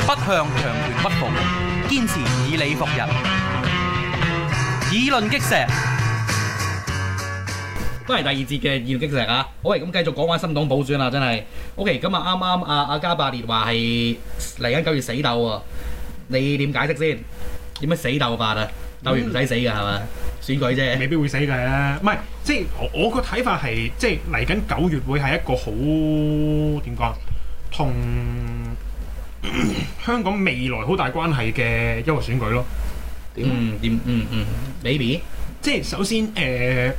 向強權屈服，堅持以理服人，以論擊石。都係第二節嘅議論擊石啊！好，係咁繼續講翻新黨補選啦，真係。OK，咁啊啱啱啊阿加百列話係嚟緊九月死鬥喎，你點解釋先？點樣死鬥法啊？鬥完唔使死㗎係嘛？選舉啫。未必會死嘅，唔係即係我我個睇法係即係嚟緊九月會係一個好點講，同 香港未來好大關係嘅一個選舉咯。嗯，點嗯嗯，maybe 即係首先誒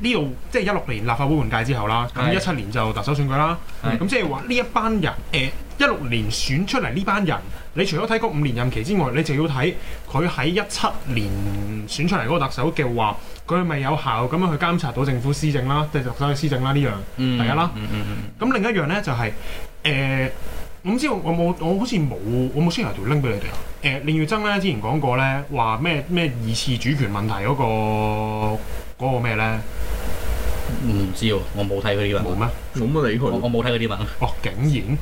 呢度即係一六年立法會換屆之後啦，咁係一七年就特首選舉啦，係咁即係話呢一班人誒一六年選出嚟呢班人，你除咗睇嗰五年任期之外，你就要睇佢喺一七年選出嚟嗰個特首嘅話，佢係咪有效咁樣去監察到政府施政啦，即係特首嘅施政啦呢樣。嗯，大家啦嗯嗯嗯咁另一樣咧就係、誒，我唔知我冇我好似冇我冇 share 條 link 俾你哋啊。誒、令耀增咧之前講過咧，話咩咩二次主權問題嗰、個嗰、個咩咧嗯，唔知喎，我冇睇佢啲文，冇咩？冇乜理我佢。我冇睇佢啲文。哦，竟然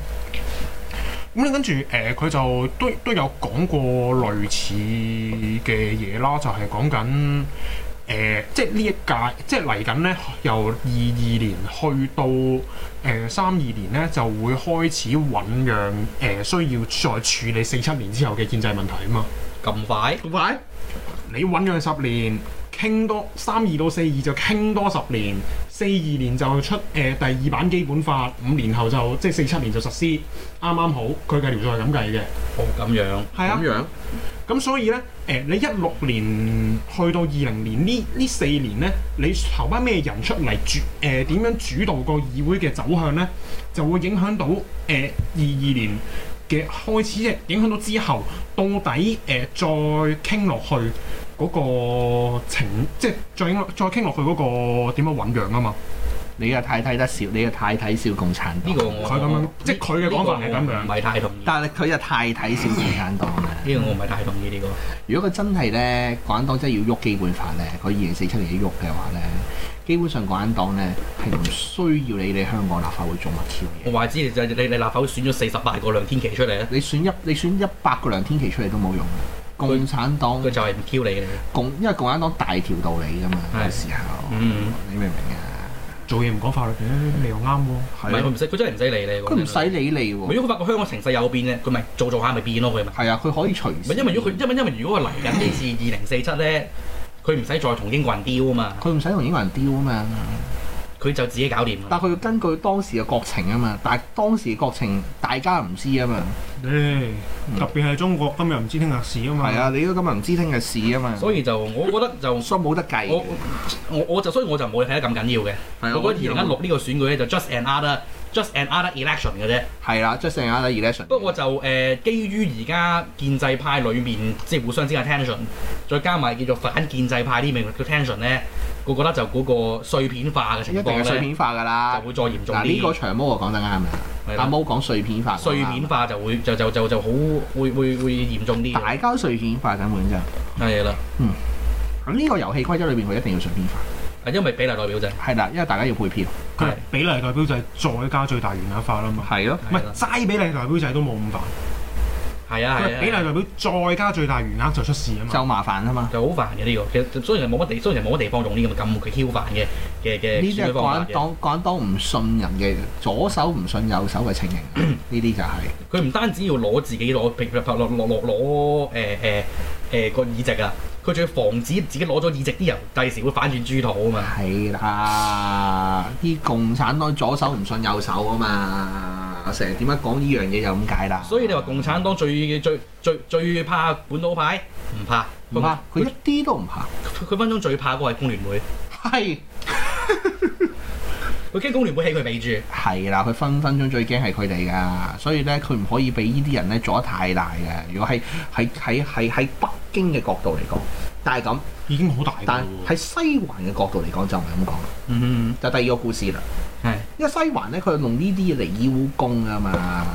咁咧，跟住誒，呃佢、就都都有講過類似嘅嘢啦，就係講緊誒，即係呢一屆，即係嚟緊咧，由二二年去到誒三二年咧，就會開始醖釀誒、需要再處理四七年之後嘅建制問題啊嘛。咁快？咁快？你醖釀十年，傾多三二到四二就傾多十年，四二年就出誒、呃第二版基本法，五年後就即係四七年就實施，啱啱好佢計條數係咁計嘅，哦，咁樣。係啊咁。樣？咁所以咧，誒、你一六年去到二零年呢呢四年咧，你頭班咩人出嚟主誒點、樣主導個議會嘅走向咧，就會影響到誒二二年嘅開始，即係影響到之後到底誒、呃再傾落去嗰個情，即係再影再傾落去嗰、個點樣醖釀啊嘛。你又太睇得少，你又太睇少共產黨。呢個我佢咁樣我即係佢嘅講法係咁樣呢個我唔係太同意。但係佢又太睇少共產黨啦。呢個我唔係太同意呢個。如果佢真係咧，共產黨真係要喐基本法咧，佢二零四七年要喐嘅話咧，基本上共產黨咧係唔需要你哋香港立法會做乜 Q 嘢。我話知就你你立法會選咗四十八個梁天琦出嚟啊，你選一你選一百個梁天琦出嚟都冇用嘅。共產黨佢就係唔挑你嘅。共，因為共產黨大條道理㗎嘛，係有時候嗯，你明唔明啊？做嘢唔講法律嘅，你又啱喎。唔係佢唔使，佢真係唔使理你。佢唔使理你如果喎。佢發覺香港情勢有變咧，佢咪做做下咪變咯，佢咪。係啊，佢可以隨唔時。係因為如果佢因為因為如果佢嚟緊呢次二零四七咧，佢唔使再同英國人丟啊嘛，佢唔使同英國人丟啊嘛，佢就自己搞掂啦。但係佢要根據當時嘅國情啊嘛，但係當時嘅國情大家唔知啊嗯嘛，誒、嗯特別係中國今日唔知聽日事啊嘛。係啊，你都今日唔知聽日事啊嘛，所以就我覺得就所以冇得計嘅我。我我就所以我就冇睇得咁緊要嘅。係啊我覺得而家錄呢個選舉咧就 just another just another election 嘅啫。係啦，just another election。不過就誒、呃基於而家建制派裏面即係互相之間嘅 tension，再加埋叫做反建制派呢面嘅 tension 咧，我覺得就嗰個碎片化嘅一情定係況碎咧，片化㗎啦就。會再嚴重嗱，呢個啲。長毛啊講得啱啦，係啦阿毛講碎片化講得啱。碎片化就會就就就就好會會會嚴重啲嘅。大家碎片化根本就係啦，咁呢個遊戲規則裏邊，佢一定要碎片化。啊因為比例代表制係啦，因為大家要配票。佢係係比例代表制再加最大原額法啦嘛。係咯，唔係係啦齋比例代表制都冇咁煩，係啊佢係比例係啊，代表再加最大餘額就出事啊嘛。就麻煩啊嘛。就好煩嘅呢個。其實雖然係冇乜地，雖然係冇乜地方用呢咁咁佢僥煩嘅呢嘅嘅啲選係舉方法港嘅黨港黨唔信任嘅左手唔信右手嘅情形，啊 呢啲就係佢唔單止要攞自己攞譬如攞攞攞攞誒誒誒個議席啊，佢仲要防止自己攞咗議席啲人第時會反轉豬肚啊嘛。係啦，啲共產黨左手唔信右手啊嘛，成日點解講呢樣嘢就咁解啦。所以你話共產黨最最最最怕本土派，唔怕，唔怕，佢一啲都唔怕，佢佢分鐘最怕嗰個係工聯會，係佢驚工聯會起佢尾住。係啦，佢分分鐘最驚係佢哋噶，所以咧佢唔可以俾呢啲人咧做得太大嘅。如果喺喺喺喺喺北京嘅角度嚟講，但係咁，已經好大㗎但喎。喺西環嘅角度嚟講就唔係咁講啦，嗯，就第二個故事啦。係。因為西環咧，佢用呢啲嘢嚟邀功啊嘛，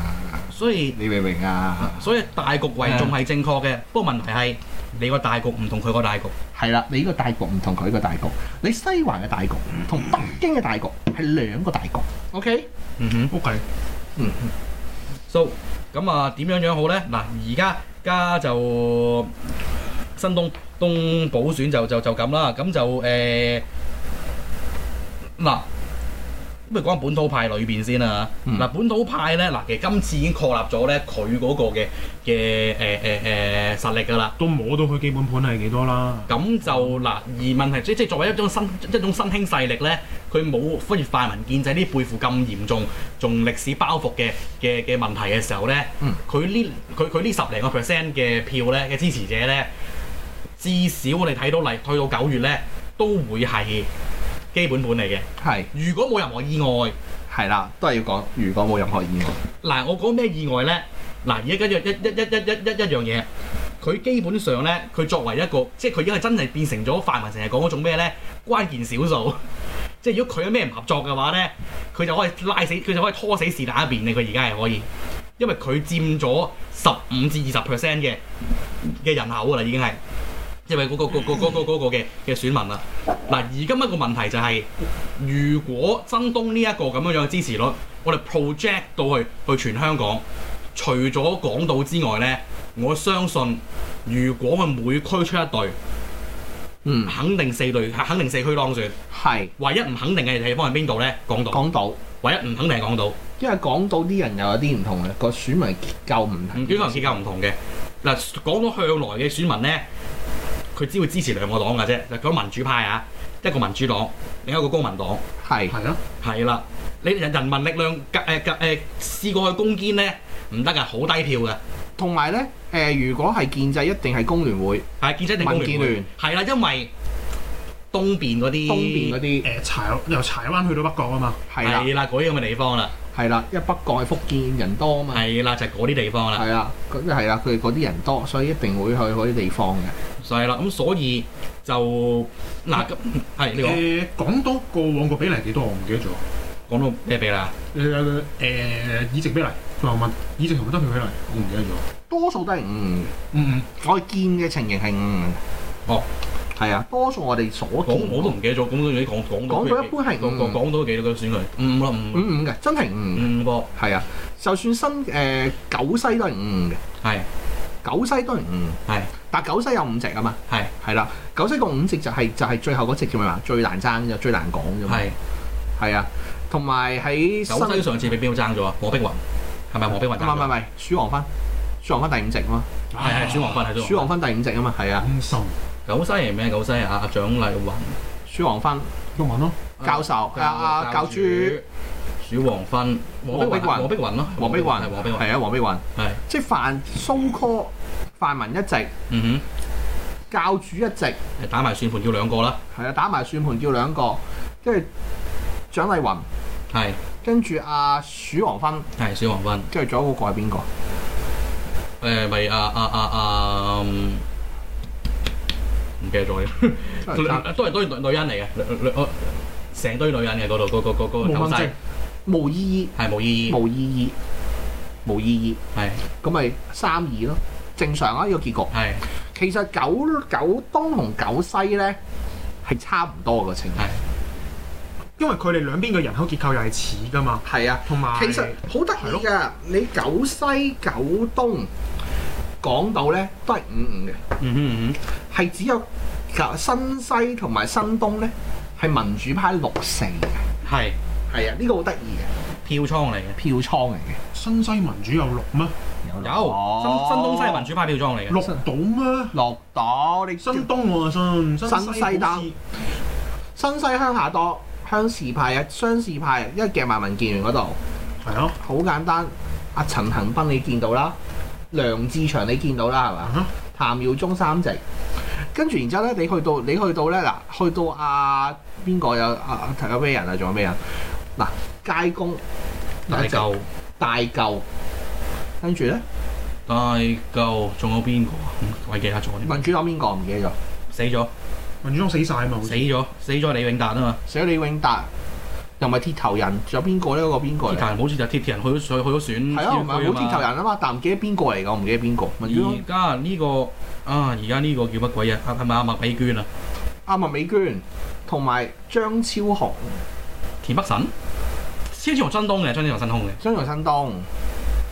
所以你明唔明啊？所以大局為重係正確嘅，不過問題係你個大局唔同佢個大局。係啦，你呢個大局唔同佢個大局，你西環嘅大局同北京嘅大局係兩個大局。OK，嗯哼。 OK，嗯， So 咁咁啊點樣樣好咧？嗱，而家家就新東東補選就就就咁啦，咁就呃誒嗱。不如講本土派裏邊先啦嚇嗯嗱、本土派咧，嗱其實今次已經確立咗咧佢嗰個嘅嘅誒誒誒實力㗎啦。都摸到佢基本盤係幾多啦。咁就嗱，而問題即即作為一種新一種新興勢力咧，佢冇忽然泛民建制呢背負咁嚴重、仲歷史包袱嘅嘅嘅問題嘅時候咧嗯，佢呢佢佢呢十零個 percent 嘅票咧嘅支持者咧，至少我哋睇到嚟去到九月咧，都會係基本盤嚟嘅。係如果冇任何意外，係啦，都係要講，如果冇任何意外，嗱，我講咩意外咧？嗱，而家一樣一一一一一一一樣嘢，佢基本上咧，佢作為一個，即係佢而家係真係變成咗泛民成日講嗰種咩咧？關鍵少數， 即係如果佢有咩唔合作嘅話咧，佢就可以拉死，佢就可以拖死是但一邊嘅。佢而家係可以，因為佢佔咗十五至二十 percent 嘅嘅人口㗎啦，已經係。因為嗰、個嗰、個嗰、個嗰、個嘅嘅選民啦，嗱而今一個問題就係、如果曾東呢一個咁樣樣嘅支持率，我哋 project 到去去全香港，除咗港島之外呢，我相信如果佢每區出一隊，嗯肯定四隊，肯定四區當選。係唯一唔肯定嘅地方係邊度呢？港島。港島，唯一唔肯定係港島，因為港島啲人又有啲唔同嘅，個選民結構唔同，唔幾個人結構唔同嘅。嗱，港島向來嘅選民呢，佢只會支持兩個黨嘅啫，就講民主派啊，一個民主黨，另一個公民黨。係係啊，係啦，你人人民力量誒誒誒試過去攻堅咧，唔得噶，好低票嘅。同埋咧，誒、如果係建制，一定係工聯會係建制定工民建聯聯會係啦，因為東邊嗰啲東邊嗰啲，誒柴由柴灣去到北角啊嘛，係啦係啦，嗰啲咁嘅地方啦，係啦，因為北角係福建人多啊嘛，係啦，就係嗰啲地方啦，係啦，咁係啊啦，佢哋嗰啲人多，所以一定會去嗰啲地方嘅。所以啦，咁所以就嗱咁係你誒、講港島過往個比例係幾多？我唔記得咗。講到咩俾啦？誒、誒議席比例，佢話問議席同埋得票比例，我唔記得咗。多數都係五五，嗯我見嘅情形係五五。哦，係啊，多數我哋所講我都見唔記得咗，講到啲講講到港島一般係個個五講到幾多個選舉？五啦五五五嘅，真係五五。五個係啊，就算新誒、呃九西都係五五嘅，係九西都係五五。係但九西有五席啊嘛，係係啦，九西個五席就係、就係、最後嗰席叫咩話？最難爭就最難講啫嘛。係。係啊，同埋喺新九西上次俾邊個爭咗啊？黃碧雲係咪黃碧雲唔爭係唔係唔咗？係，鼠王芬，鼠王芬第五席啊嘛，嗯，係係，選黃昏係鼠選王黃昏。芬第五席啊嘛，係啊，安心九西係咩？九西啊，阿蔣麗雲。鼠王芬鬱文咯，教授，啊啊教主鼠黃昏，黃碧雲黃碧雲咯，黃碧雲係黃碧雲，係啊黃碧雲，係即係泛蘇科泛民一席，嗯教主一席，哼，係打埋算盤要兩個啦，係啊打埋算盤叫兩個，跟住蔣麗雲，係跟住阿鼠王芬，係鼠黃昏，跟住仲有嗰個係邊個？誒咪啊啊啊啊，嗯唔 記得咗嘅，真係爭都係都係女女人嚟嘅女，女我成堆女人嘅嗰度，嗰個嗰個冇九問西證，無意係冇意義，義，無意義，無意義，係咁咪三二咯，正常啊呢個結局。係其實九九東同九西咧係差唔多嘅情況。係因為佢哋兩邊嘅人口結構又係似噶嘛，係啊，同埋其實好得意㗎。你九西九東港島咧都係五五嘅，嗯哼嗯係只有新西同埋新東咧係民主派六四嘅。哼係係啊，呢、個好得意嘅票倉嚟嘅，票倉嚟嘅。新西民主有六咩？有有新新東西係民主派票倉嚟嘅，六到咩？落島，你新東我信，新新西好似單新西鄉下多鄉事派啊，鄉事派一夾埋民建聯嗰度。係啊，好簡單，阿陳恒斌你見到啦，梁志祥你見到啦，係嘛？啊譚耀宗三席，跟住然之後咧，你去到你去到咧嗱，去到阿邊個有啊？睇有咩人啊？仲有咩人？嗱，街工大舊大舊，跟住咧大舊，仲有邊個啊？唔鬼記得咗添，民主黨邊個唔記得咗？死咗。民主黨死晒啊嘛，好死似咗，死咗李永達啊嘛，死咗李永達，又唔係鐵頭人，仲有邊個咧？嗰個邊個嚟？鐵達人好似就鐵鐵人去咗去去咗選係啊，唔係選區冇鐵頭人啊嘛，但唔記得邊個嚟㗎，我唔記得邊個。民主黨而家呢個啊，而家呢個叫乜鬼啊？係咪阿麥美娟啊？阿麥美娟同埋張超雄、田北辰，先至同新東嘅，將呢同新東嘅，張揚新東。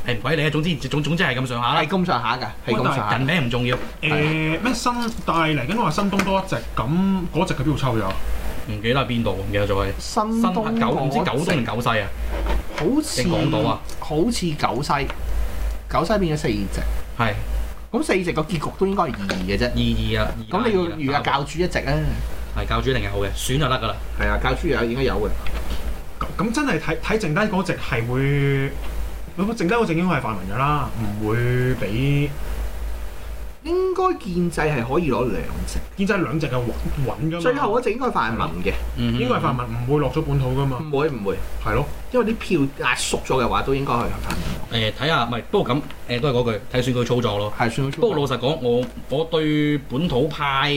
係唔鬼理啊！總之總總之係咁上下啦係。咁上下㗎，係咁上下人㗎。名唔重要，誒咩新？但係嚟緊話新東多一隻，咁嗰隻佢邊度抽咗？唔記得係邊度，唔記得咗係新新東九唔知九東嗰隻定九西啊？好似定港島啊好似九西，九西變咗四隻，係咁四隻個結局都應該係二嘅啫。二二啊，二咁你要預下教教主一隻啊？係教主定有嘅選就得㗎啦。係啊，教主有應該有嘅。咁咁真係睇睇剩低嗰隻係會，咁剩低嗰隻應該係泛民㗎啦，唔會俾應該建制係可以攞兩隻，建制兩隻嘅穩穩㗎嘛。最後嗰隻應該係泛民嘅，嗯應該係泛民，唔會落咗本土㗎嘛。唔會唔會，係咯，因為啲票壓縮咗嘅話，都應該係泛民。誒睇下，唔係都咁誒，都係嗰句睇選舉操作咯。係算好不過老實講，我我對本土派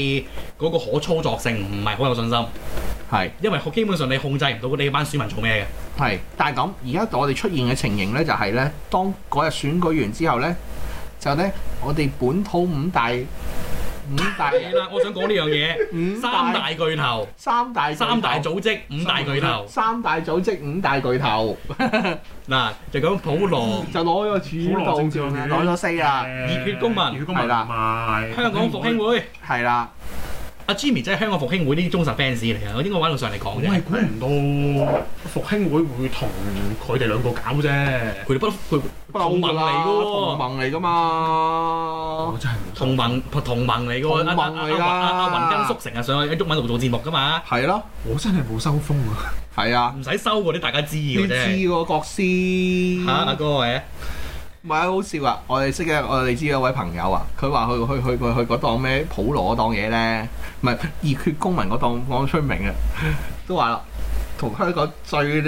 嗰個可操作性唔係好有信心，係因為基本上你控制唔到你班選民做咩嘅。係，但係咁而家我哋出現嘅情形咧，就係咧，當嗰日選舉完之後咧，就咧我哋本土五大五大係啦，我想講呢樣嘢，五三大巨頭、三大三大組織、五大巨頭，三大組織五大巨頭嗱就咁普羅、就攞咗個主導權普羅政治攞咗四啦，誒熱血公民熱血公民哎係啦同埋香港復興會。係啦，阿 Jimmy 真係香港復興會呢啲忠實 fans 嚟嘅，我應該揾到上嚟講我啫係。估唔到復興會會同佢哋兩個搞啫。佢哋不佢不嬲同㗎盟嚟啦嘅同喎，盟嚟㗎嘛我。真係唔同盟同盟嚟嘅喎，阿同阿盟嚟㗎阿阿阿雲根叔成日上去喺中文度做節目噶嘛，係咯，我真係冇收風啊！係啊，唔使收嗰啲大家知要嘅知啫。喎國師。嚇啊阿哥嘅，唔係好笑啊！我哋識嘅，我哋知有位朋友啊，佢話去去去去去嗰檔咩普羅嗰檔嘢咧，唔係熱血公民嗰檔講出名啊，都話啦，同香港最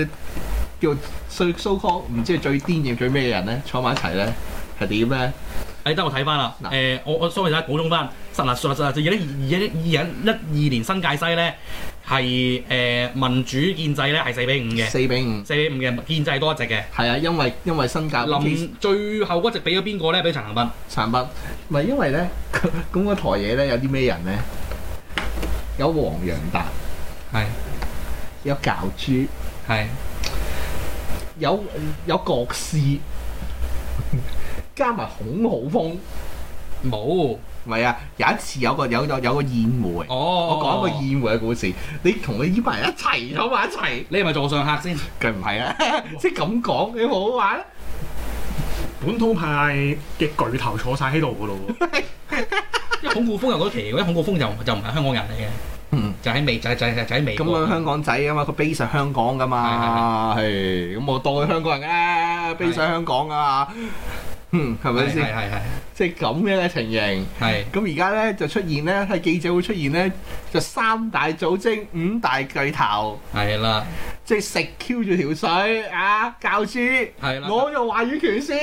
叫最 so call 唔知係最癲定最咩嘅人咧，坐埋一齊咧係點咧？誒得我睇翻啦。嗱誒我我 sorry 啦，補充翻，實嗱實嗱實嗱，就二零二一二一二年新界西咧係誒民主建制咧係四比五嘅，四比五，四比五嘅建制多一席嘅。係啊，因為因為新界臨最後嗰席俾咗邊個咧？俾陳恒斌。產品，唔係因為咧 咁嗰台嘢咧有啲咩人咧？有黃洋達，係有教主，係。有有國師，加埋孔浩峰。冇唔係啊，有一次有個有有有個宴會，哦，我講我一個宴會嘅故事，你同你呢班人一齊坐埋一齊，你係咪座 上客先？梗唔係啊，即係咁講，你好好玩啊本土派嘅巨頭坐晒喺度噶咯 喎，因為孔顧峰又嗰期，因為孔顧峰就就唔係香港人嚟嘅，嗯就喺美就就就就喺美咁國樣。香港仔啊嘛，佢 base 喺香港噶嘛，係咁我當佢香港人啊，base 喺香港啊嘛，嗯係咪係先？係係即係咁樣嘅情形。係咁而家咧就出現咧喺記者會出現咧，就三大組織五大巨頭，係啦即係食 Q 住條水啊，教主。係啦。攞咗話語權先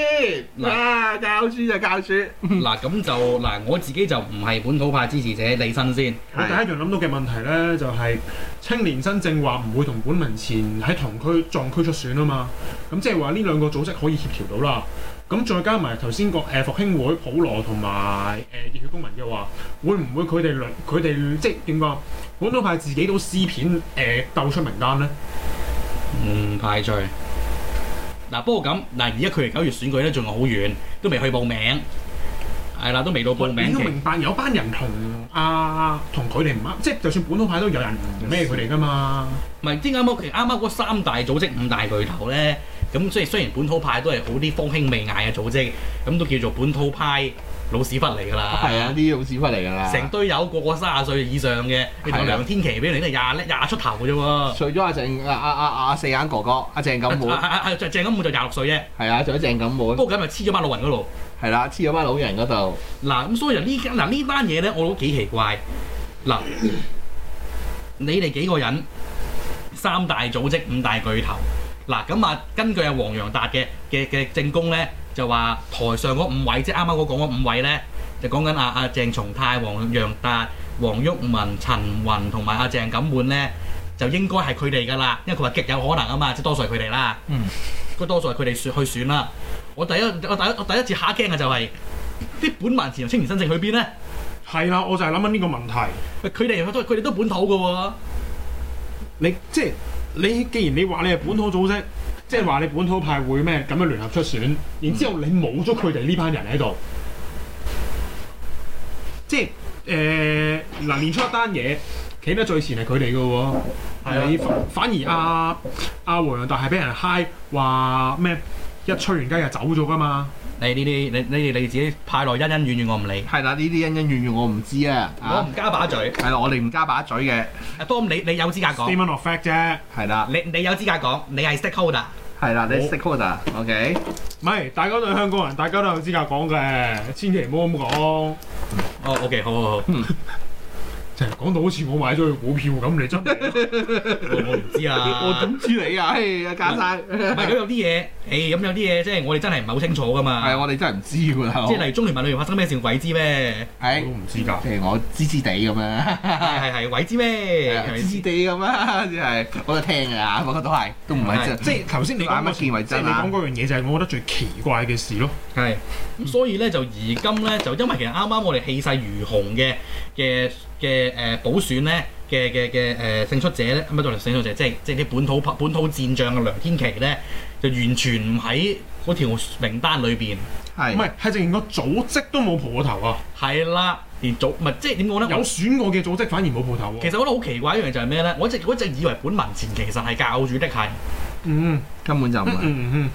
嗱啊！教書就教書，嗱咁就嗱我自己就唔係本土派支持者，你新先我第一樣諗到嘅問題咧，就係、青年新政話唔會同本民前喺同區撞區出選啊嘛，咁即係話呢兩個組織可以協調到啦。咁再加埋頭先個誒復興會、普羅同埋誒熱血公民嘅話，會唔會佢哋兩佢哋即係點講？本土派自己都撕片誒、呃、鬥出名單咧？唔排除。嗱不過咁嗱而家距離九月選舉咧仲有好遠，都未去報名。係啦，都未到報你名都期。明白有班人同啊同佢哋唔啱，即係就算本土派都有人唔咩佢哋噶嘛。唔係，即係啱啱其實啱啱嗰三大組織五大巨頭咧，咁雖然雖然本土派都係好啲風興未艾嘅組織，咁都叫做本土派老屎忽嚟㗎啦。係啊，呢啲老屎忽嚟㗎啦。成堆友個個三十歲以上嘅，你同係啊梁天琪比你都廿廿出頭嘅啫喎。除咗阿鄭阿阿阿阿四眼哥哥，阿鄭 錦啊滿啊啊！鄭錦滿就廿六歲啫，係啊，仲有鄭錦滿不過咁咪黐咗班老人嗰度。係啦，黐咗班老人嗰度，嗱咁所以人呢嗱呢單嘢咧，我都幾奇怪。嗱，你哋幾個人三大組織五大巨頭，嗱咁啊，根據阿黃洋達嘅嘅嘅證供咧，就話台上嗰五位，即係啱啱我講嗰五位咧，就講緊阿阿鄭松泰、黃洋達、黃毓民、陳雲同埋阿鄭錦滿咧，就應該係佢哋㗎啦，因為佢話極有可能啊嘛，即係多數係佢哋啦。嗯，佢多數係佢哋選去選啦。我第一我第一我第一次嚇驚嘅就係、啲本民前青年新政去邊咧？係啦，我就係諗緊呢個問題。喂佢哋都佢哋都本土嘅喎，你即係你，既然你話你係本土組織，即係話你本土派會咩咁樣聯合出選，然之後你冇咗佢哋呢班人喺度，即係誒嗱，年初一單嘢企得最前係佢哋嘅喎，係啊你反反而阿阿黃洋達係俾人嗨話咩一吹完雞就走咗㗎嘛，你呢啲你你你自己派來恩恩怨怨我唔理，係啦，呢啲恩恩怨怨我唔知啊，我啊唔加把嘴。係啦，我哋唔加把嘴嘅，啊，當你你有資格講， statement of fact 啫，係啦，你你有資格講，你係 stakeholder。係啦，你我 stakeholder，OK，唔係大家都係香港人，大家都有資格講嘅，千祈唔好咁講。哦，OK，好好好，就係講到好似我買咗佢股票咁，你真係我 我唔知啊。我點知你啊？嘿，阿家生，唔係咁有啲嘢，誒咁有啲嘢即係我哋真係唔係好啊清楚噶嘛。 係我哋真係唔知㗎啦，即係例如中聯辦裏面發生咩事，鬼知咩？我都係唔知㗎。譬如我知知地咁樣。 係係係，鬼知咩？係咪知知先地咁啊，只係我都聽㗎啦，不過都係都唔係真， 即係頭先你講眼不嗰見為即係真你啊講嗰樣嘢就係我覺得最奇怪嘅事咯。係，所以咧就而今咧就因為其實啱啱我哋氣勢如虹嘅嘅嘅呃誒補選咧嘅嘅嘅誒勝出者咧，唔係仲係勝出者，即係即係啲本土本土戰將嘅梁天琦咧，就完全唔喺嗰條名單裏邊。係唔係，係淨係個組織都冇蒲過頭啊！係啦，連組唔係即係點嗯講咧？有我選過嘅組織反而冇蒲頭啊其喎。實我覺得好奇怪一樣就係咩咧？我一直我一直以為本民前其實係教主的係，嗯根本就唔嗯係。嗯嗯，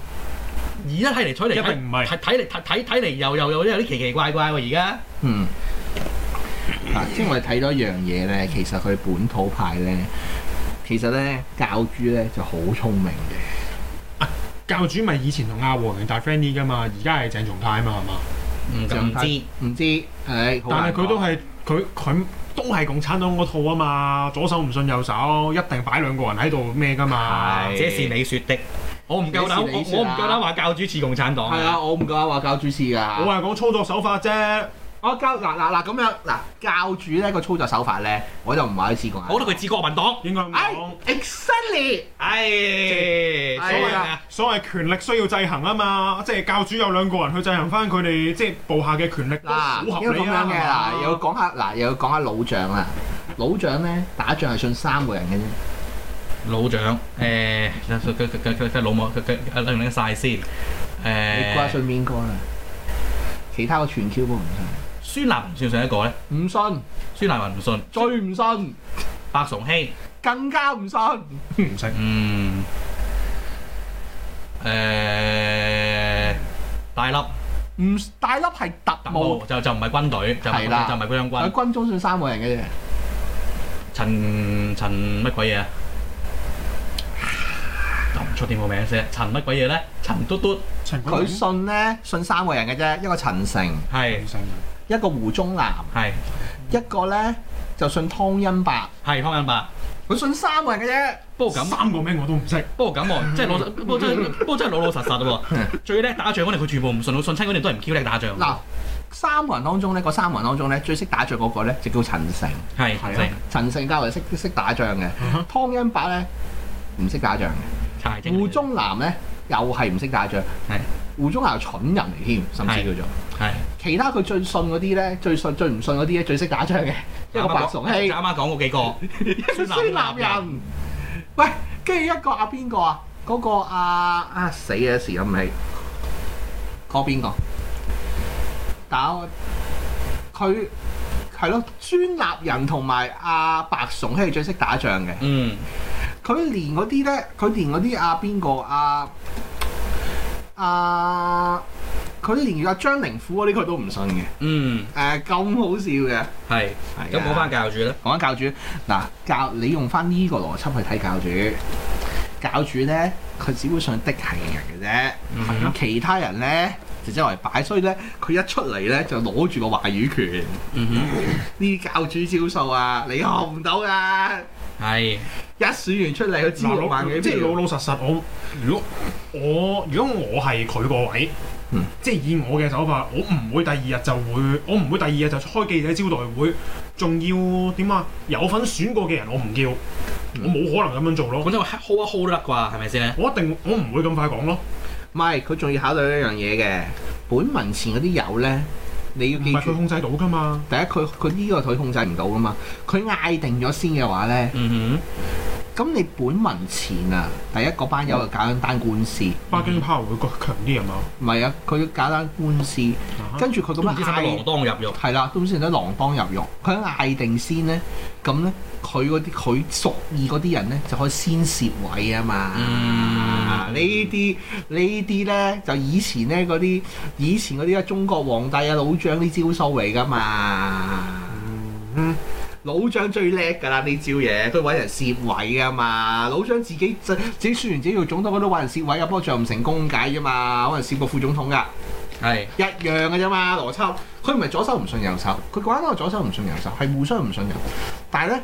而一睇嚟取嚟一定唔係睇睇嚟睇睇睇嚟又又又有啲奇奇怪怪喎而家。嗯，啊，因為睇到一樣嘢咧，其實佢本土派咧，其實咧教主咧就好聰明嘅，教主咪以前同阿黃仁達 friend 啲㗎嘛，而家係鄭松泰啊嘛，係嘛？嗯，就就唔知。唔知係，好但係難佢都講係佢佢都係共產黨嗰套啊嘛，左手唔信右手，一定擺兩個人喺度咩㗎嘛。係這是你說的，我唔夠這膽，是你我說我啊唔夠膽話教主似共產黨。係啊，，我唔夠膽話教主似我㗎，係講操作手法啫，我教嗱嗱嗱咁樣嗱教主咧個操作手法咧，我就唔話佢似過。我覺得佢似國民黨。應該咁哎講。 ，exactly，唉，所係謂啊啊，所謂權力需要制衡啊嘛，即係教主有兩個人去制衡翻佢哋即係部下嘅權力都好嗱，合因為理咁樣啊。嘅係嗱，嘛又要講下嗱，又要講下老將啦。老將咧打仗係信三個人嘅啫。老長誒，佢佢佢佢佢老母佢佢佢拎唔拎曬先？你瓜誒，信邊個啊？其他個全 Q 都唔信，孫立文算唔算一個咧？唔信，孫立文唔信，最唔信，白崇禧。更加唔信。唔識嗯，誒、大粒唔大粒係特特務務，就就唔係軍隊，就唔係係啦就唔係喺軍軍。軍中信三個人嘅啫。陳陳乜鬼嘢啊？諗唔出點個名先。陳乜鬼嘢咧？陳嘟嘟陳佢冠希信咧信三個人嘅啫，一個陳誠，係唔識一個胡宗南，係一個咧就信湯恩伯。係湯恩伯。佢信三個人嘅啫。不過咁，哦三個名我都唔識，不過咁喎，即係老實，不過真係不過真係老老實實喎。最叻打仗嗰啲，佢全部唔信，我信親嗰啲都係唔 Q 叻打仗。嗱，三個人當中咧，嗰三個人當中咧，最識打仗嗰個咧就叫陳誠。係係啊嗯係陳勝較為識識打仗嘅哼，湯恩伯咧唔識打仗嘅，柴精嚟嘅胡宗南咧又係唔識打仗，係胡宗南係蠢人嚟添，甚至係叫做係其他佢最信嗰啲咧，最信最唔信嗰啲咧，最識打仗嘅，一個白崇禧啱，啱講嗰幾一個個孫立人，喂，跟住一個阿邊個啊？嗰個啊啊死嘅時諗唔起，嗰邊個？但我佢係咯，孫立人同埋阿白崇禧係最識打仗嘅。嗯。佢連嗰啲咧，佢連嗰啲啊邊個啊啊，佢連阿張靈甫嗰啲佢都唔信嘅。嗯，誒、咁好笑嘅，係。咁講翻教主咧，講緊教主嗱，教你用翻呢個邏輯去睇教主。教主咧，佢只會上的係人嘅啫，嗯其他人咧就周圍擺，所以咧佢一出嚟咧就攞住個話語權。嗯呢啲教主招數啊，你學唔到噶。哼，係一選完出嚟，佢招嗱六萬老幾即係票老老實實我，如果我如果我係佢個位嗯，即係以我嘅手法，我唔會第二日就會，我唔會第二日就開記者招待會，仲要點啊？有份選過嘅人我唔叫，我冇可能咁樣做講咯。真話 hold 一 hold 都得啩，係咪先嗯咧？我一定我唔會咁快講咯，唔係，佢仲要考慮一樣嘢嘅。本文前嗰啲友咧，你要唔記係佢住，控制到㗎嘛。第 Ừ 一佢佢呢個佢控制唔到噶嘛。佢嗌定咗先嘅話咧，嗯咁你本文前啊，第一個班友就搞緊單官司，巴基炮會強啲係嘛？唔係啊，佢搞單官司，啊跟住佢咁都唔樣知使乜嗌鋃，當入肉，係啦，都唔算得鋃當入獄。佢喺嗌定先咧，咁咧佢嗰啲佢屬意嗰啲人咧就可以先攝位啊嘛。啊呢啲呢啲咧就以前咧嗰啲以前嗰啲啊中國皇帝啊老將啲招數嚟噶嘛。嗯老將最叻㗎啦呢招嘢，佢揾人攝位㗎嘛。老將自己自己選完自己做總統，佢都揾人攝位啊，不過最後唔成功咁解啫嘛，揾人攝過副總統㗎，係一樣㗎啫嘛邏輯。佢唔係左手唔信右手，佢講緊我左手唔信右手，係互相唔信任。但係咧，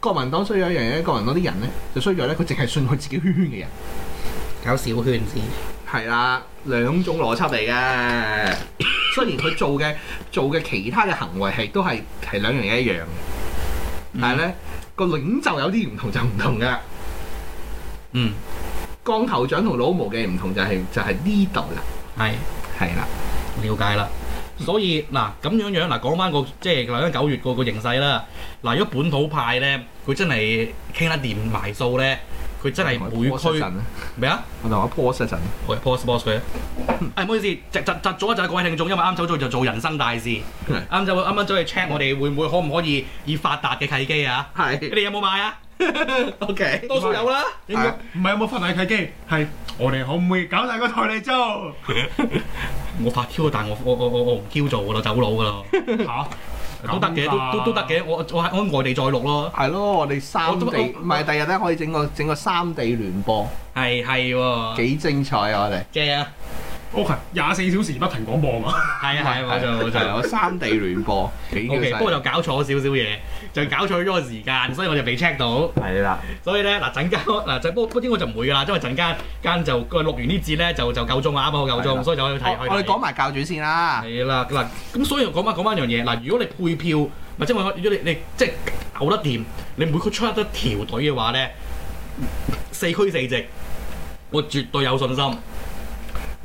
國民黨衰咗一樣嘢，國民黨啲人咧就衰咗咧，佢淨係信佢自己圈圈嘅人。搞小圈先。係啦，兩種邏輯嚟嘅。雖然佢做嘅做嘅其他嘅行為係都係係兩樣嘢一樣嘅，但係咧個領袖有啲唔同就唔同嘅。嗯，光頭長同老毛嘅唔同就係、就係呢度啦，係。係啦，了解啦。所以嗱咁樣樣嗱，講翻個即係嚟緊九月個個形勢啦。嗱，如果本土派咧，佢真係傾得掂埋數咧，佢真係每我 pause 一陣區啊咩啊？我同我 pause 一陣，我 pause pause 佢啊。誒，唔好意思，窒窒窒咗一陣，各位聽眾，因為啱走咗就做人生大事，係啱走啱啱走去 check 我哋會唔會可唔可以以發達嘅契機 啊？你係哋有冇買啊？ OK，多數有啦。應該啊唔係有冇發大契機，係我哋可唔可以搞大個台嚟做？ 我發 Q，但我我我我我唔 Q 做噶啦，走佬噶啦，嚇都得嘅，都都都得。嘅。我我喺外地再錄咯，係咯，我哋我啊三都地唔係第日咧可以整個整個三地聯播，係係喎，幾精彩啊！我哋正啊！ O K，廿四小時不停廣播嘛。係啊係啊，冇錯冇係啊錯。我三地聯播， 幾 O K，叫不過細就搞錯咗少少嘢，就搞錯咗個時間，所以我就被 check 到。係啦，所以咧嗱，陣間嗱就不不應該就唔會噶啦，因為陣間間就佢錄完呢節咧就就夠鐘啦，啱啱好夠係鐘，啦所以就可以我睇。可以我哋睇講埋教主先啦。係啦嗱，咁所以講翻講翻一樣嘢嗱，如果你配票或者我如果你你即係嘔得掂，你每區出得條隊嘅話咧，四區四席，我絕對有信心。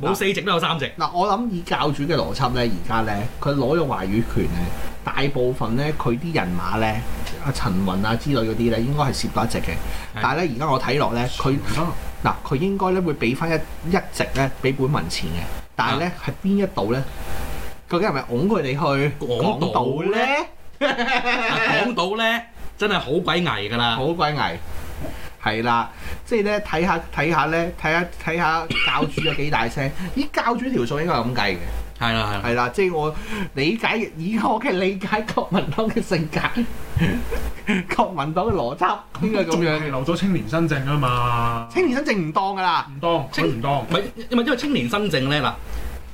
冇四席都有 三席，啊嗱，我諗以教主嘅邏輯咧，而家咧，佢攞咗話語權咧，大部分咧佢啲人馬咧，阿陳雲啊之類嗰啲咧，應該係攝到一席嘅。但係咧，而家我睇落咧，佢嗱佢應該咧會俾翻一一席咧俾本文前嘅，但係咧啊係邊一度咧？究竟係咪拱佢哋去港島咧？講到咧真係好鬼危㗎啦。好鬼危！係啦，即係咧睇下睇下咧睇下睇下教主有幾大聲？ 咦，教主條數應該係咁計嘅。係啦係啦。係啦，即係我理解以我嘅理解，國民黨嘅性格， 國民黨嘅邏輯應該咁仲樣係嘅。留咗青年新政啊嘛，青年新政唔當㗎啦，唔當佢唔當唔係，因為因為青年新政咧嗱，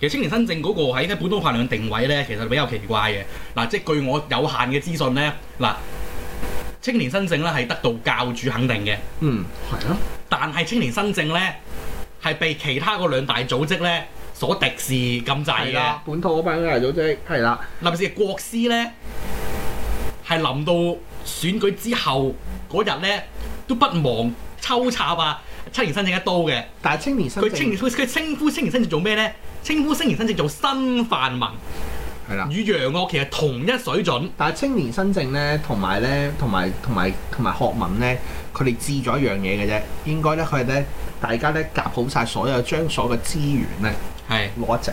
其實青年新政嗰個喺喺本土派兩定位咧，其實比較奇怪嘅。嗱，即係據我有限嘅資訊咧，嗱，青年新政咧係得到教主肯定嘅，嗯，係啊，但係青年新政咧係被其他嗰兩大組織咧所敵視咁滯係嘅啦。，本土嗰班嘅組織係啦，嗱，咪先國師咧係臨到選舉之後嗰日咧都不忘抽插啊青年新政一刀嘅。但係青年新佢青政年佢佢稱呼青年新政做咩咧？稱呼青年新政做新泛民，係啦，與楊岳其實同一水準。但係青年新政咧，同埋咧，同埋同埋同埋學民咧，佢哋知咗一樣嘢嘅啫，應該咧佢係咧大家咧夾好晒所有將所有嘅資源咧係攞一席，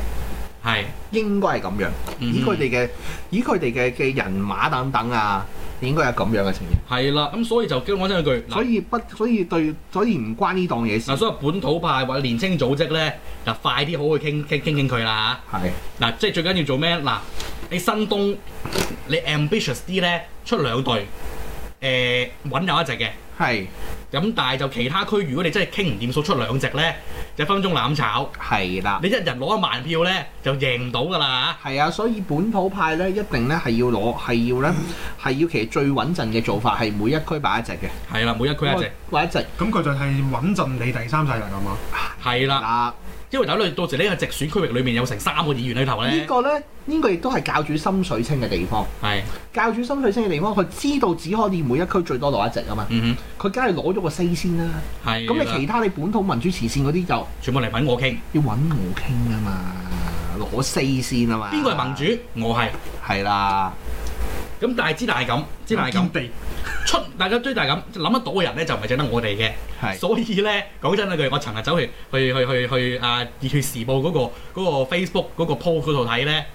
係，應該係咁樣。嗯以佢哋嘅以佢哋嘅嘅人馬等等啊，應該係咁樣嘅情形。係啦，咁所以就跟我講真一句，所嗱以不，所以對，所以唔關呢檔嘢事嗱，。所以本土派或者年青組織咧，就快啲好去傾傾傾傾佢啦係嚇。嗱，即係最緊要做咩？嗱，你新東你 ambitious 啲咧，出兩隊，誒揾有一隻嘅。係咁但係就其他區，如果你真係傾唔掂數出兩隻咧，就分分鐘攬炒。係啦，你一人攞一萬票咧，就贏唔到㗎啦係啊，所以本土派咧一定咧係要攞，係要咧係要其實最穩陣嘅做法係每一區擺一隻嘅，嚇。係啦，每一區一隻。擺一隻咁佢就係穩陣你第三勢力啊嘛。係啦，嗱。因為等你到時呢個直選區域裏面有成三個議員喺頭呢咧，個咧呢個亦都係教主心水清嘅地方。係，教主心水清嘅地方，佢知道只可以每一區最多攞一隻啊嘛，嗯佢梗係攞咗個西先啦。哼，係咁你啦其他你本土民主慈善嗰啲就全部嚟揾我傾，要揾我傾啊嘛，攞西先啊嘛。邊個係盟主？我係，係啦。咁但係之但係咁，之但係咁堅地出大家追但係咁諗得到嘅人咧就唔係淨得我哋嘅。係所以咧，講真嗰句，我尋日走去去去去去啊《熱血時報》嗰、個嗰、個 Facebook 嗰個 post 嗰度睇咧，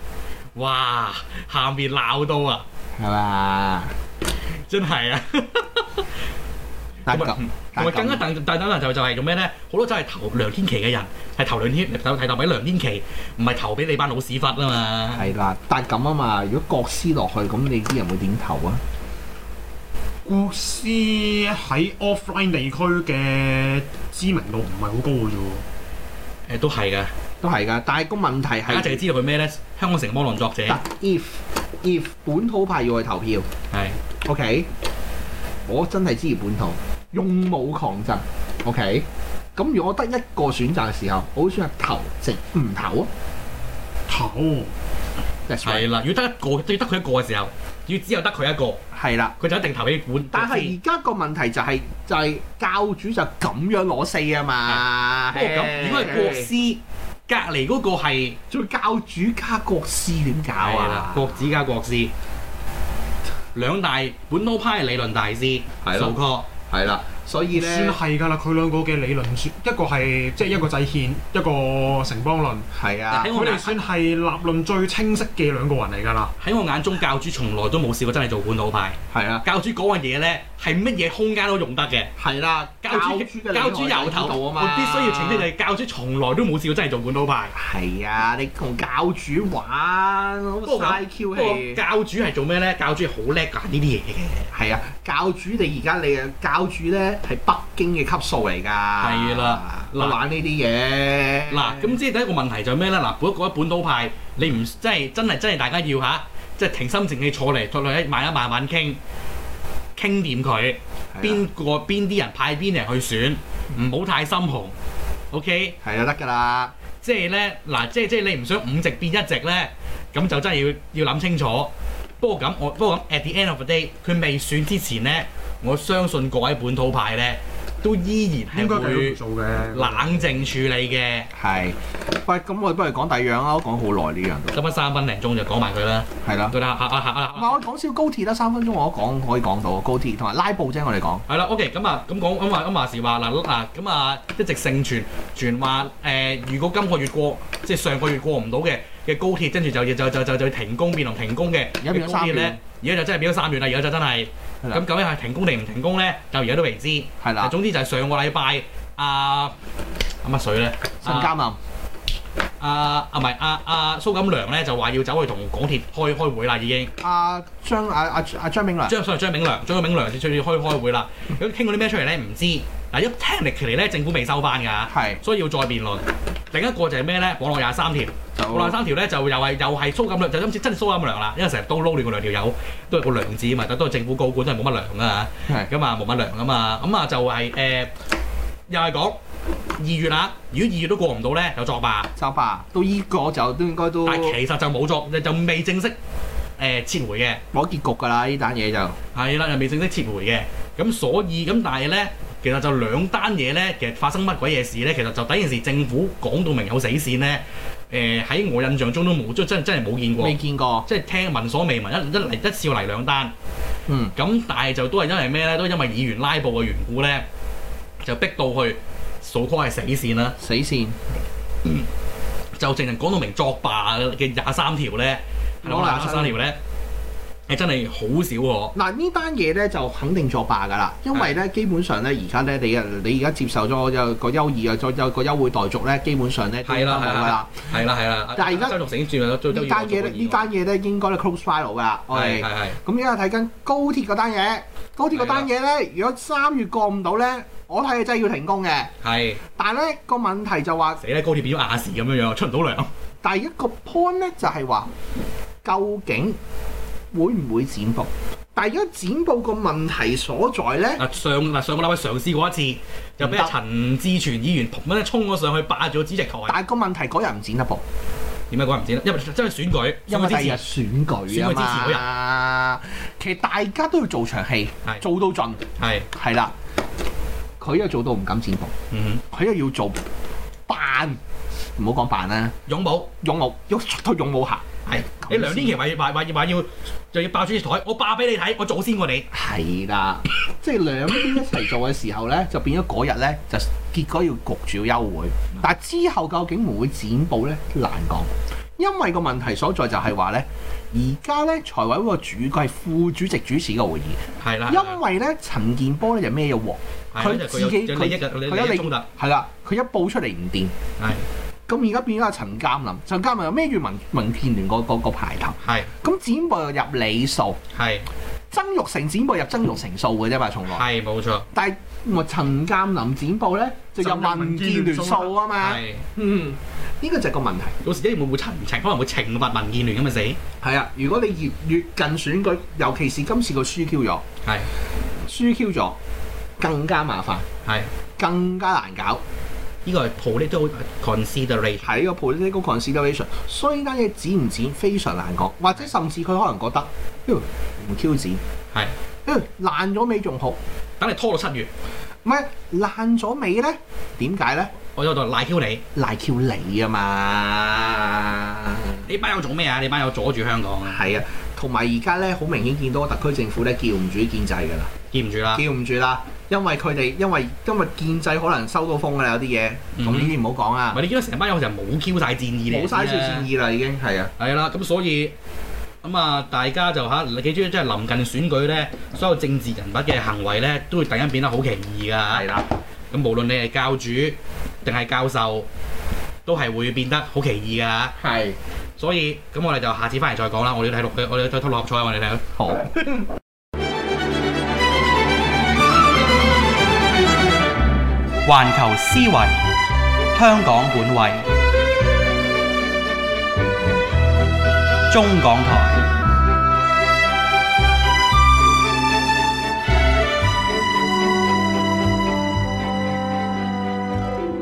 哇！下面鬧到啊，係嘛？真係啊！但係同埋咁，啊同埋更加大大膽人啊就就係做咩咧？好多真係投梁天琦嘅人係投梁天投係投俾梁天琦，唔係投俾你班老屎忽啊嘛！係啦，但係咁啊嘛。如果國師落去，咁你啲人會點投啊？國師喺 offline 地區嘅知名度唔係好高嘅啫喎。誒都係㗎，都係㗎。但係個問題大家淨係係，知道佢咩咧？香港城魔論作者但 if if 本土派要去投票係，OK，我真係支持本土，勇武抗爭，OK。咁如果我得一個選擇嘅時候，我會選擇投直唔投啊頭？That's right，係啦，如果得一個，要得佢一個嘅時候，要只有得佢一個，係啦。佢就一定投俾本。但係而家個問題就係、就係、教主就咁樣攞四啊嘛。不過咁，如果係國師隔離嗰個係做教主加國師點搞係啦啊？國子加國師兩大本土派理論大師，係咯數科係啦，所以算咧係㗎啦，佢兩個嘅理論算一個係即係一個制憲，一個城邦論。係啊喺，我佢眼哋算係立論最清晰嘅兩個人嚟㗎啦。喺我眼中，教主從來都冇試過真係做本土派。係啊，教主嗰樣嘢咧係乜嘢空間都用得嘅。係啦，教主嘅教主由頭，度啊我嘛，必須要澄清就係教主從來都冇試過真係做本土派。係啊，你同教主玩好不過啊嘥不 Q 過氣。教主係做咩咧？教主係好叻㗎呢啲嘢嘅。係啊，教主你而家你嘅教主咧係北京嘅級數嚟㗎，係啦嗱玩呢啲嘢嗱，咁即係第一個問題就係咩咧？嗱，本嗰本土派，你唔即係真係真係大家要吓，即係停心靜氣坐嚟，坐落嚟慢一慢慢傾，傾掂佢。係啊邊個邊啲人派邊人去選，唔好太心紅。OK，係啊得㗎啦，即係咧嗱，即係即係你唔想五席變一席咧，咁就真係要要諗清楚。不過咁，我不過咁，at the end of the day，佢未選之前咧，我相信各位本土派咧都依然應該係繼續會做嘅。冷靜處理嘅。係。喂，咁我哋不如講第二樣啊啦，我講好耐呢樣都得翻啊三分零鐘就講埋佢啦，係啦。佢啦下下下下唔。係我講少高鐵啦，三分鐘我都講可以講到高鐵同埋拉布啫，我哋講係啦，OK，咁啊，咁講咁話咁話時話嗱嗱，咁啊一直盛傳傳話誒、如果今個月過，即係上個月過唔到嘅嘅高鐵，跟住就要就就就就停工變同停工嘅，而家變咗嘅高鐵三咧月，而家就真係變咗三月啦，而家就真係，係啦咁究竟係停工定唔停工咧？就而家都未知。係啦但，總之就係上個禮拜啊啊乜水咧？新啊監啊，啊啊唔係啊啊蘇錦良咧就話要走去同港鐵開開會啦，已經。阿張阿阿阿張炳良張所謂張炳良，張炳良最最開開會啦。咁傾過啲咩出嚟咧？唔知嗱，一 technically 咧，政府未收翻㗎，係所以要再辯論。另一個就係咩咧？網絡廿三條，網絡廿就三條咧就又係又係蘇錦良，就今次真係蘇錦良啦，因為成日都撈亂個兩條友，都係個良字啊嘛，但都係政府高官，都係冇乜良啊係咁啊冇乜良啊嘛，咁啊就係、誒、又係講二月啦，如果二月都過唔到咧，就作罷。就吧，到依個就都應該都但係其實就冇作，就未正式誒、撤回嘅。攞結局㗎啦，呢單嘢就係啦，又未正式撤回嘅。咁所以咁，但係咧，其實就兩單嘢咧，其實發生乜鬼嘢事咧？其實就第一件事，政府講到明有死線咧。誒、喺我印象中都冇，即係真真係冇見過未，見過，即係聽聞所未聞，一一嚟一笑嚟兩單。嗯，咁但係就都係因為咩咧？都因為議員拉布嘅緣故咧，就逼到去數科係死線啦。死線就淨係講到明作罷嘅廿三條咧，攞攞廿廿三三條咧，係真係好少喎。嗱呢單嘢咧就肯定作罷㗎啦，因為咧基本上咧而家咧你啊你而家接受咗有個優異啊，再有個優惠待續咧，基本上咧都係啦冇係啦㗎係啦啦。係啦係啦，但係而家周玉成轉啦，最呢單嘢咧，呢單嘢咧應該咧 close file 㗎啦，我係哋係。係咁而家睇緊高鐵嗰單嘢，高鐵嗰單嘢咧，如果三月過唔到咧，我睇佢真係要停工嘅。係但係咧個問題就話，死啦！高鐵變咗亞視咁樣樣，出唔到糧。第一個 point 咧就係話，究竟會唔會剪報？但係而家剪報個問題所在咧，嗱上嗱上個禮拜嘗試過一次，就俾阿唔得陳志全議員咁樣衝咗上去霸住個主席台。但係個問題嗰日唔剪得報，點解講唔知咧？因為因為選舉，因為之第二日前選舉選舉之前啊嘛。其實大家都要做場戲係，做到盡，係係啦。佢又做到唔敢剪報。嗯佢又要做扮唔好講扮啦，勇武勇武喐出到勇武行，係你梁天琦話要話話要話要就要爆出啲台，我爆俾你睇，我早先過你。係啦， 即係兩邊一齊做嘅時候咧，就變咗嗰日咧就結果要焗住要休會，但係之後究竟會唔會剪報咧難講，因為個問題所在就係話咧，而家咧財委會個主佢係副主席主持嘅會議。係啦，因為咧，陳健波咧就咩嘢王，啊係啦啊佢佢有自己有佢利益嘅佢有利利益衝突，係啦，佢一報出嚟唔掂，係咁而家變咗阿陳鑑林，陳鑑林又孭住民民建聯個個個牌頭，係咁展博又入你數，係曾玉成展博入曾玉成數嘅啫嘛，從來，係冇錯，但係我陳鑑林展博咧就就入入民建聯數啊嘛，係嗯，呢個就係個問題。到時一定會唔會懲懲可能會懲罰民建聯咁嘅死，係啊，如果你越越近選舉，尤其是今次個輸 Q 咗，係輸 Q 咗更加麻煩，係更加難搞。呢個係 political consideration，睇個 political consideration，所以呢單嘢剪唔剪非常難講，或者甚至佢可能覺得，妖唔 Q 剪，係妖爛咗尾仲好，唔等你拖到七月，係爛咗尾咧，點解咧？我有度賴 Q 你，賴 Q 你啊嘛，你班友做咩啊？你班友阻住香港啊，係啊，同埋而家咧好明顯見到特區政府咧叫唔住啲建制㗎啦，見唔住啦，叫唔住啦，因為佢哋因為因為建制可能收到風㗎啦，有啲嘢，咁呢啲唔好講唔啊係，你見到成班友就冇 Q 晒戰意嚟，冇嘥少善意啦已經係啊，係啦，咁所以咁啊，大家就嚇你記住，即係臨近選舉咧，所有政治人物嘅行為咧，都會突然間變得好奇異㗎係。啦，咁無論你係教主定係教授，都係會變得好奇異㗎。係所以咁我哋就下次翻嚟再講啦。我哋要睇六，我哋要睇睇六合彩，啊我哋睇。好。環球思維，香港本位，中港台。